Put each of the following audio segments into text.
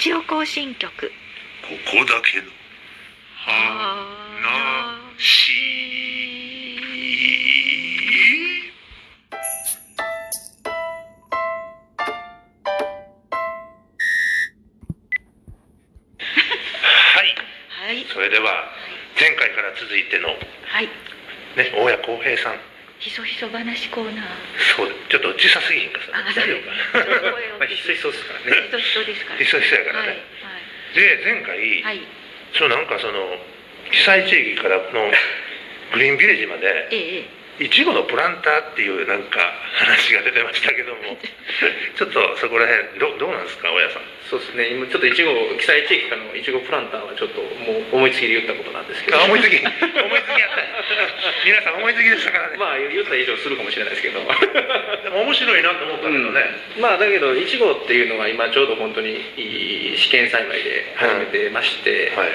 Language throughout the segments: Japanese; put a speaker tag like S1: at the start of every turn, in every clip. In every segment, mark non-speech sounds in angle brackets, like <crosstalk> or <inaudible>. S1: ジオ行進曲
S2: ここだけの話は
S1: は
S2: い
S1: い
S2: それでは前回から続いての
S1: はい
S2: ね大谷浩平さん
S1: ひそひそ話コーナー
S2: そうちょっと小さすぎひんかさ
S1: あ
S2: 大丈夫かなまあひそひそっすから
S1: ひ
S2: ね
S1: そひそですから
S2: ひそひそやから
S1: はい
S2: ね、で前回、
S1: はいはい
S2: そうなんかその被災地域からこのグリーンビレッジまで
S1: ええ
S2: いちごのプランターっていうなんか話が出てましたけど <laughs> もちょっとそこら辺どどうなんですか親さん
S3: そうですね、今ちょっといちご、被災地域からのいちごプランターはちょっともう思いつきで言ったことなんですけど、
S2: あ思い <laughs> つき思いつきやった皆さん思いつきでしたからね、
S3: まあ言った以上するかもしれないですけど、
S2: でも面白いなと思ったけどね、
S3: まあだけど、いちごっていうのは今ちょうど本当にいい試験栽培で始めてまして、
S2: はい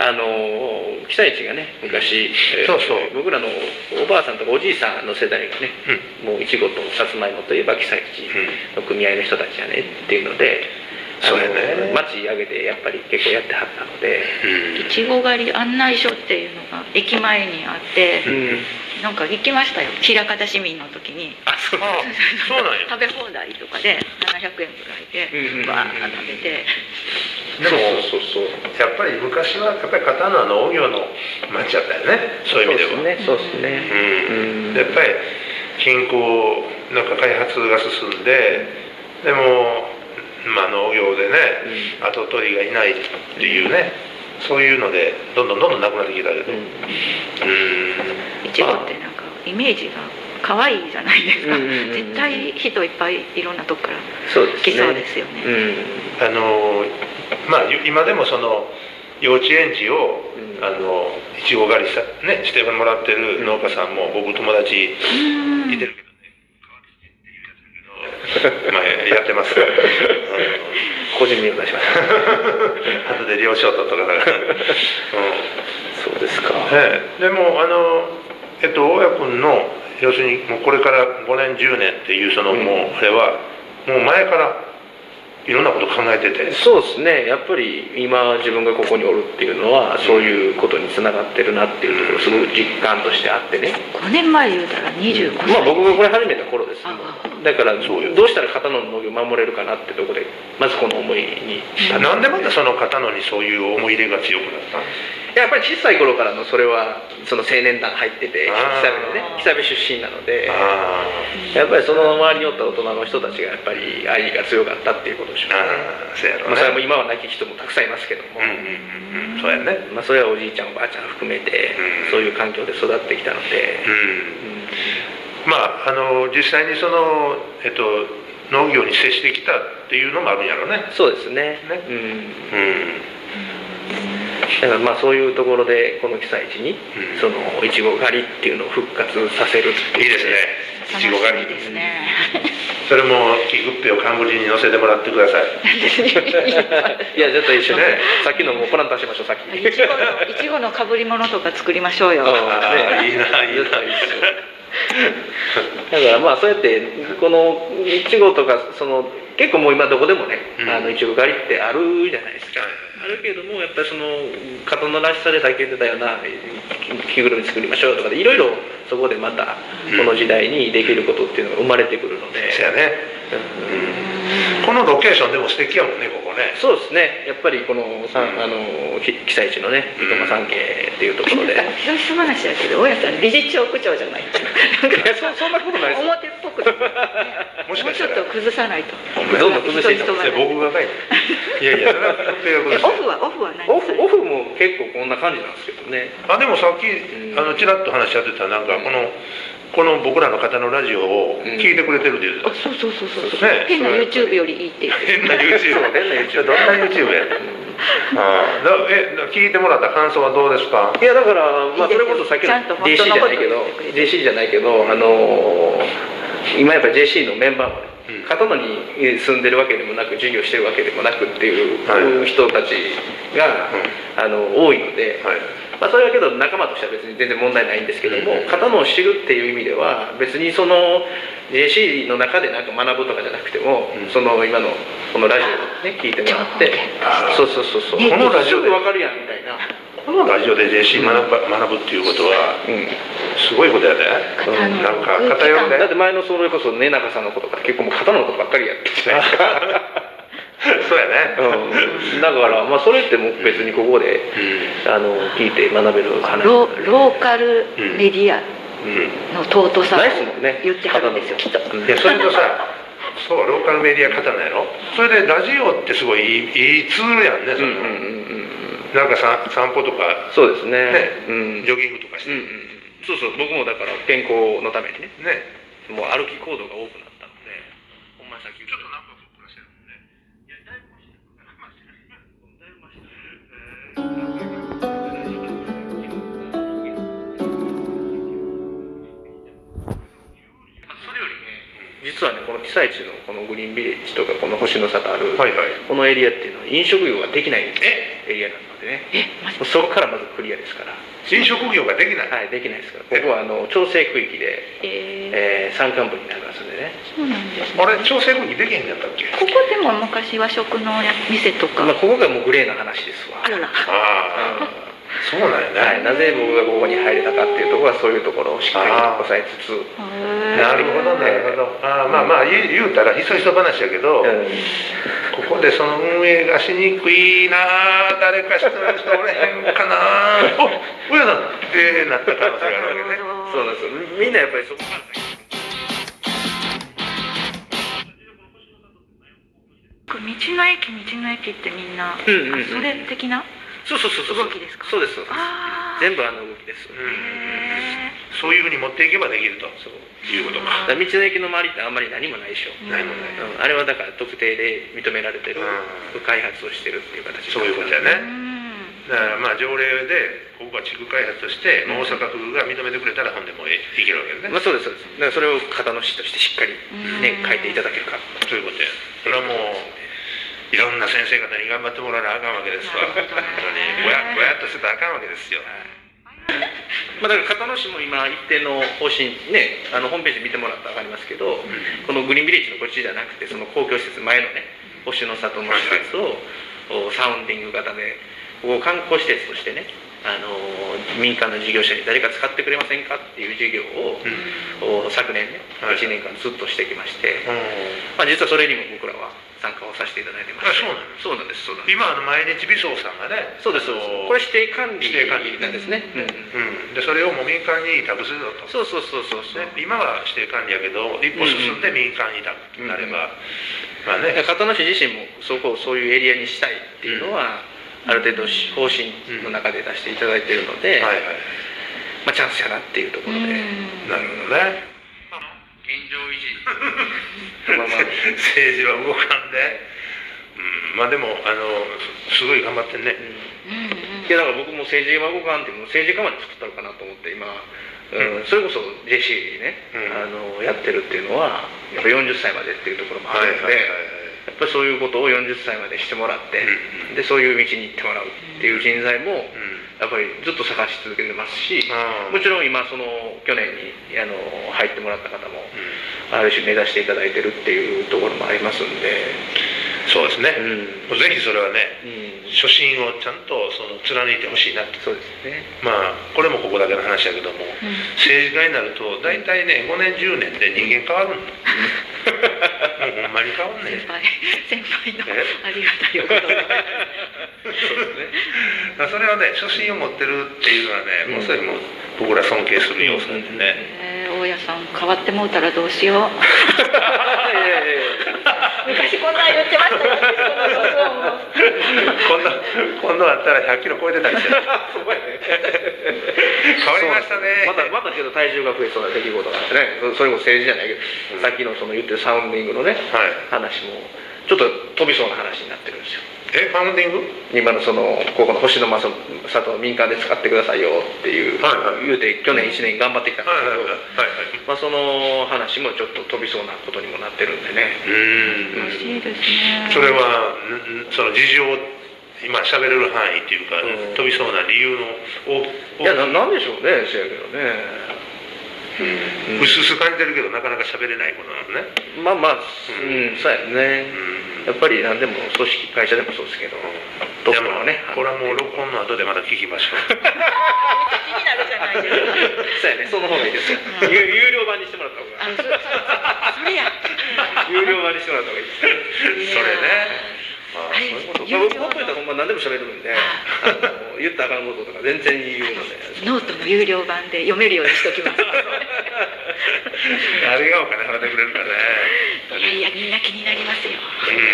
S3: あの被災地がね昔、えー
S2: そうそう
S3: 僕らのおばあさんとかおじいさんの世代がね、もういちごとさつまいもといえば被災地の組合の人たちやねっていうので、あの
S2: そうやね
S3: 町上げてやっぱり結構やってはったので、
S2: うん
S1: いちご狩り案内所っていうのが駅前にあって
S2: うん
S1: なんか行きましたよ枚方市民の時に
S2: あそうあそうなんや
S1: 食べ放題とかで700円ぐらいでわーっと食べて
S2: でも
S3: そうそうそう
S2: やっぱり昔はやっぱり刀は農業の町やったよねそういう意味では
S3: そうですね
S2: うん
S3: うん
S2: やっぱり近郊なんか開発が進んででも、まあ、農業でね跡取りがいないっていうねそういうのでどんどんどんどんなくなってきたけど
S3: う
S2: うんん
S1: いちごってなんかイメージが可愛いじゃないですか
S3: うんうんうんうん
S1: 絶対人いっぱいいろんなとこから
S3: そうですね
S1: 来そうですよね
S3: うん
S2: あのまあゆ今でもその幼稚園児を
S3: うん
S2: あのいちご狩りさ、ね、してもらってる農家さんも僕友達
S1: うん
S3: <laughs>
S2: いてるけどね変わってるっていうやつだけどまあやって
S3: <laughs>
S2: ます。うん
S3: 個人名を出しました
S2: 後で両賞取ったから、うん
S3: そうですか
S2: ねえ、でもあのえっと大家君の要するにもうこれから5年10年っていうその、
S3: うん
S2: もうあれはもう前からいろんなこと考えてて
S3: そうですねやっぱり今自分がここにおるっていうのはそういうことにつながってるなっていうところすごく実感としてあってね、
S1: 5年前言うたら25歳、
S3: まあ僕がこれ始めた頃ですよ
S1: ああ
S3: だからどう
S2: そうよ
S3: したら片野の農業を守れるかなってとこでまずこの思いに立った
S2: なんでまたその方のにそういう思い入れが強くなったんです
S3: やっぱり小さい頃からのそれはその青年団入ってて
S2: ああ
S3: 久部でね久部出身なので
S2: かあ
S3: やっぱりその周りにおった大人の人たちがやっぱり愛が強かったっていうことでしょう
S2: あ
S3: ね
S2: ああそうやろ
S3: まあ、それも
S2: ね
S3: 今は亡き人もたくさんいますけども、
S2: うんうんうんうんそうやね
S3: まあ、それはおじいちゃんおばあちゃん含めて、
S2: うん
S3: そういう環境で育ってきたので
S2: う、んまああの実際にそのえっと農業に接してきたっていうのもあるんやろね
S3: うんそうですね
S2: ね
S3: うん、
S2: うん
S3: だからまあそういうところでこの被災地に、
S2: うん
S3: そのいちご狩りっていうのを復活させるって
S2: いい
S3: いう
S2: ですねい
S1: 楽
S2: ち
S1: し
S2: ご狩
S1: み
S2: り
S1: ですね
S2: それもキグッペを冠に乗せてもらってください。
S3: <laughs> いやちょっと一緒に、
S2: ね
S3: さっきのもうプランターしましょうさっき
S1: いちごのいちごのかぶり物とか作りましょうよ
S3: あ
S2: ああ、いいな、いい
S3: 絶
S2: な
S3: 対。だからまあそうやってこのいちごとかその結構もう今どこでもね、
S2: うん
S3: あのいちご狩りってあるじゃないですかあるけどもやっぱりその刀のらしさでさっき言ってたような着ぐるみ作りましょうとかでいろいろそこでまた
S2: うん
S3: この時代にできることっていうのが生まれてくるので、
S2: そうやね、う
S3: うん
S2: ん。このロケーションでも素敵やもんね、ここね。
S3: そうですねやっぱりこのさんあのき被災地のね
S2: うん
S3: 生駒山系 <laughs> っていうところで、
S1: なんかひそひそ話だけど大家さん理事長区長じゃないなんか
S3: いやそそんなことないですよ
S1: 表っぽく、ね、
S2: もし
S1: も
S2: か
S1: う
S2: し
S1: ちょ
S2: た
S1: っ
S2: ら。
S1: と崩さないと
S3: どんどん崩していった
S1: 人々がね
S2: 僕がかいいやいや、それは
S1: え
S2: 僕
S1: オ
S2: が
S1: フはオフは何
S3: オ
S1: す
S3: フ
S1: る
S3: オフも結構こんな感じなんですけどね
S2: あ、でもさっき、
S3: ん
S2: あの、ちらっと話し合ってた、なんか、この、この僕らの方のラジオを聞いてくれてるって言うて
S1: あそうそうそうそうそう、
S2: ね
S1: 変な YouTube よりいいって言って
S2: た。変な YouTube。
S3: そう変な YouTube
S2: どんな YouTube <laughs> や。ああ、だえ、だ聞いてもらった感想はどうですか。
S3: いやだから、まあ、それこそさっきの
S1: ちゃんと本
S3: JC
S1: 当
S3: じ
S1: のこ
S3: ゃな
S1: と
S3: いけど
S1: 言ってくれて
S3: JC じゃないけどあのー今やっぱ JC のメンバーも
S2: うん
S3: 片野に住んでるわけでもなく授業してるわけでもなくっていう
S2: はい
S3: 人たちが、あの多いので、
S2: はい
S3: まあ、それはけど仲間としては別に全然問題ないんですけども、
S2: うん
S3: 片野を知るっていう意味では別にその JC の中でなんか学ぶとかじゃなくても、
S2: うん
S3: その今のこのラジオをね聞いてもらって
S2: あー
S3: そうそうそうそう
S2: ね
S3: このラジ
S2: す
S3: オ
S2: ぐ
S3: で
S2: わ
S3: わかるやんみたいな、
S2: このラジオで JC 学ぶ,、学ぶっていうことはすごいことやね <laughs>
S1: 肩の
S2: なんか
S1: 空気
S2: 偏
S1: 感
S2: るね
S3: だって前のそれこそね中さんのことから結構もう片野のことばっかりやってきてないですか
S2: そうやね
S3: うんだから、まあ、それってもう別にここであの聞いて学べる話
S1: ロローカルメディア
S2: うん、
S1: の尊さを
S3: ないっすもんね
S1: 言ってはるんですよきっと
S2: うん
S3: う
S2: ん、いやそれとさそうローカルメディア方なんやろそれでラジオってすごいいいいいツールやんね
S3: う
S2: その
S3: んうんうんうん
S2: なんかさ散歩とか
S3: そうですね
S2: ね
S3: うん
S2: ジョギングとかして、
S3: うんう
S2: ね
S3: んそうそう僕もだから健康のためにねもう歩き行動が多くなったのでほんまにさっきちょっとなんか僕らしてるもんねいやだいぶマシだだいぶマシだだいぶマシだそれよりね実はねこの被災地のこのグリーンビレッジとかこの星の差がある、
S2: はいはい
S3: このエリアっていうのは飲食業ができないエリアなのでね
S1: えマジ
S3: もうそこからまずクリアですから
S2: 飲食業ができない、
S3: はい、できないですから、ここはあの調整区域で、
S1: え
S3: えー山間部になりますんでね、
S1: ー、そうなんですね
S2: あれ調整後にできへんやったっけ
S1: ここでも昔和食のや店とか
S3: まあ、ここがもうグレーな話ですわ
S1: あ、らら
S2: ああ
S3: う
S2: そうなんや
S3: んはい、
S2: ね、
S3: なぜ僕がここに入れたかっていうところは、そういうところをしっかり
S2: あー
S3: 抑えつつ、
S1: へー
S2: なるほどなるほどああまあまあ言う言うたらひそひそ話やけど、
S3: う
S2: ここでその運営がしにくいなあ誰かしら人おれへんかなあ <laughs> お上だってなった可能性があるわけね
S3: ん、そうなんですよ、みんなやっぱりそこから
S1: 道の駅道の駅ってみんな、
S3: うんうんうん
S1: あそれ的な
S3: そうそうそうそう、
S1: 動きですか
S3: そうです、そうです
S1: あー
S3: 全部あの動きです。
S2: うん
S1: へ
S2: そういうふうに持っていけばできると
S3: そう
S2: いうことか
S3: だから道の駅の周りってあんまり何もないでしょ、
S1: ー
S2: ないもんね
S3: うんあれはだから特定で認められてる
S2: う
S3: 開発をしてるっていう形
S2: そういうことや
S3: や
S1: う
S2: ね
S1: ん
S2: だからまあ条例でここは地区開発として、まあ大阪府が認めてくれたらほんでもういいけるわけですね、
S3: まあそうですそうですだからそれを型の師としてしっかりね
S1: うん
S3: 書いていただけるか
S2: ということやそれはもういろんな先生方に頑張ってもらわなあかんわけです <laughs> わ
S1: なるほ
S2: 本当
S1: どね
S2: にぼやぼやっとしてたらあかんわけですよ
S3: まあだから型の師も今一定の方針ねあのホームページ見てもらったら分かりますけどこのグリーンビレッジのこっちじゃなくてその公共施設前のね星の里の施設をおサウンディング型でここを観光施設としてねあの民間の事業者に誰か使ってくれませんかっていう事業
S2: う
S3: を
S2: ん
S3: お昨年ね
S2: はい
S3: 1年間ずっとしてきまして、
S2: うん
S3: まあ、実はそれにも僕らは参加をさせていただいてま
S2: あ
S3: して
S2: そうなん
S3: そうなんですそうなんです
S2: 今あの毎日美装さんがね
S3: そうですそうですこれ指定管理
S2: 指定管理
S3: なんですね、うん
S2: うん、でそれをもう民間に委託するぞと
S3: そうそうそうそうそう、
S2: ね、今は指定管理やけど一歩進んで民間委託となれば、まあ
S3: だ
S2: ね、
S3: から片野市自身もそこをそういうエリアにしたいっていうのは、
S1: うん
S3: ある程度方針の中で出していただいているので、
S2: はいはい
S3: まあ、チャンスやなっていうとこ
S1: うん
S3: ろで、
S2: なるほどね
S3: 現状維持まあまあ
S2: 政治は動かんで、うん、まあでもあのすごい頑張ってんね
S3: うん
S1: うんうん
S3: いやだから僕も政治孫館ってもう政治家まで作ったのかなと思って今、うんそれこそ JC ね、あのやってるっていうのはやっぱ40歳までっていうところもあるので、やっぱりそういうことを40歳までしてもらって、
S2: うん
S3: でそういう道に行ってもらうっていう人材も
S2: うん
S3: やっぱりずっと探し続けてますし、
S2: あー
S3: もちろん今その去年にあの入ってもらった方も
S2: うん
S3: ある種目指していただいてるっていうところもありますんで、
S2: そうですね、
S3: うん
S2: ぜひそれはね
S3: うん
S2: 初心をちゃんとその貫いてほしいなと
S3: そうですね。
S2: まあこれもここだけの話やけども、
S1: うん
S2: 政治家になると大体ね5年10年で人間変わ <laughs> るのもうほんまに変わんねん
S1: 先輩 <laughs> 先輩の
S2: え
S1: ありがたいお言葉
S2: まあそれはね初心を持ってるっていうのはね、もうそれも僕ら尊敬する要素なんでね、
S1: えー大家さん変わってもうたらどうしよう <laughs> 昔こんなん言ってましたよ
S2: 今度今度あったら1 0 0キロ超えてたりして変わりましたね
S3: またまたけど体重が増えそうな出来事があってねそそれこそ政治じゃないけど、
S2: うん
S3: さっきのその言ってるサウンディングのね
S2: はい
S3: 話もちょっと飛びそうな話になってるんですよ
S2: えファウンディング
S3: 今のそのここの星野正里の民間で使ってくださいよっていう、
S2: はいはい
S3: 言うて去年1年頑張ってきたんで
S2: はいはい
S3: すけど、
S2: はいはい
S3: まあ、その話もちょっと飛びそうなことにもなってるんでね
S2: う
S1: 欲
S2: ん
S1: しいですね
S2: それはんんその事情今喋れる範囲っていうか、
S3: うん
S2: 飛びそうな理由の大
S3: いや
S2: 大
S3: ななんでしょうねせやけどね
S2: うすうす感じてるけどなかなか喋れないことなのね、
S3: まあまあう
S2: うん
S3: ん、そうや
S2: う
S3: ね
S2: ん
S3: やっぱり何でも組織会社でもそうですけどどこもね
S2: いやまあこれはもう録音の後でまた聞きましょう
S1: 気になるじゃないですか <laughs>
S3: <laughs> そうやねその方がいいですよ
S1: うん
S3: <laughs> 有有料版にしてもらった
S1: あのそそそ
S3: 方が
S1: れや
S3: <laughs> 有料版にしてもらった方がいいです
S2: それ
S3: ね
S2: ねま
S1: あ
S2: あ
S1: れ
S3: まあ、僕ほっといたらほんま何でも喋れるんで、 <laughs> あの言ったらあかんこととか全然言うので、
S1: ノートの有料版で読めるようにしとき
S2: <laughs>
S1: ます
S2: 誰がお金払ってくれるかね
S1: いやいやみんな気になりますよ
S2: うんうん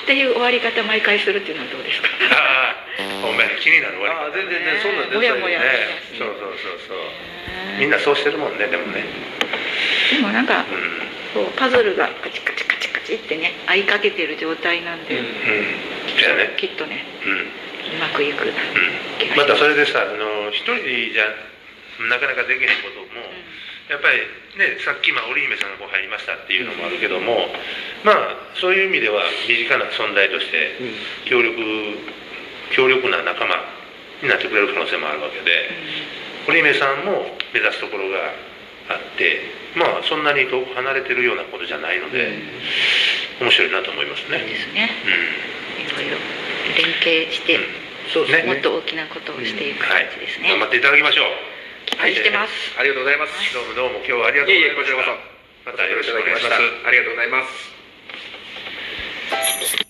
S1: っていう終わり方毎回するっていうのはどうですか
S2: ああお前気になるわ
S3: ああ、全然全然そんなん
S1: もや
S3: 全
S1: も
S3: 然
S1: や
S2: ねそうそうそうそうみん
S1: な
S2: なそうしてるもんねでもね
S1: でもなんか
S2: うん
S1: こうパズルがカチカチカチカチってね合いかけてる状態なんで、
S3: うん
S2: うんじゃあね
S1: きっとね
S2: うん
S1: うまくいく、
S2: うんまたそれでさあの一人じゃなかなかできへんことも、やっぱりねさっきまあ織姫さんがこう入りましたっていうのもあるけども、まあそういう意味では身近な存在として
S3: うん
S2: 協力強力な仲間になってくれる可能性もあるわけで織姫さんも目指すところがあってまあそんなに遠く離れてるようなことじゃないので、面白いなと思います
S1: うん、で
S2: ね。
S1: すね
S2: う
S1: いろいろ連携して、
S2: ん
S3: そうです
S1: もっ
S3: ね。
S1: と大きなことをしていく
S2: は
S1: 感
S2: い
S1: じです、ね、
S2: 頑張っていただきましょう。
S1: 期待してます、
S3: ありがとうございます。
S2: どうもどうも今日はありが
S3: い
S2: とう
S3: えいえ、こ
S2: ご
S3: ち
S2: ざい
S3: らこ
S2: ました。
S3: そ。
S2: またよろしくお願いしま
S3: お越
S2: す
S3: いただきました。ありがとうございます。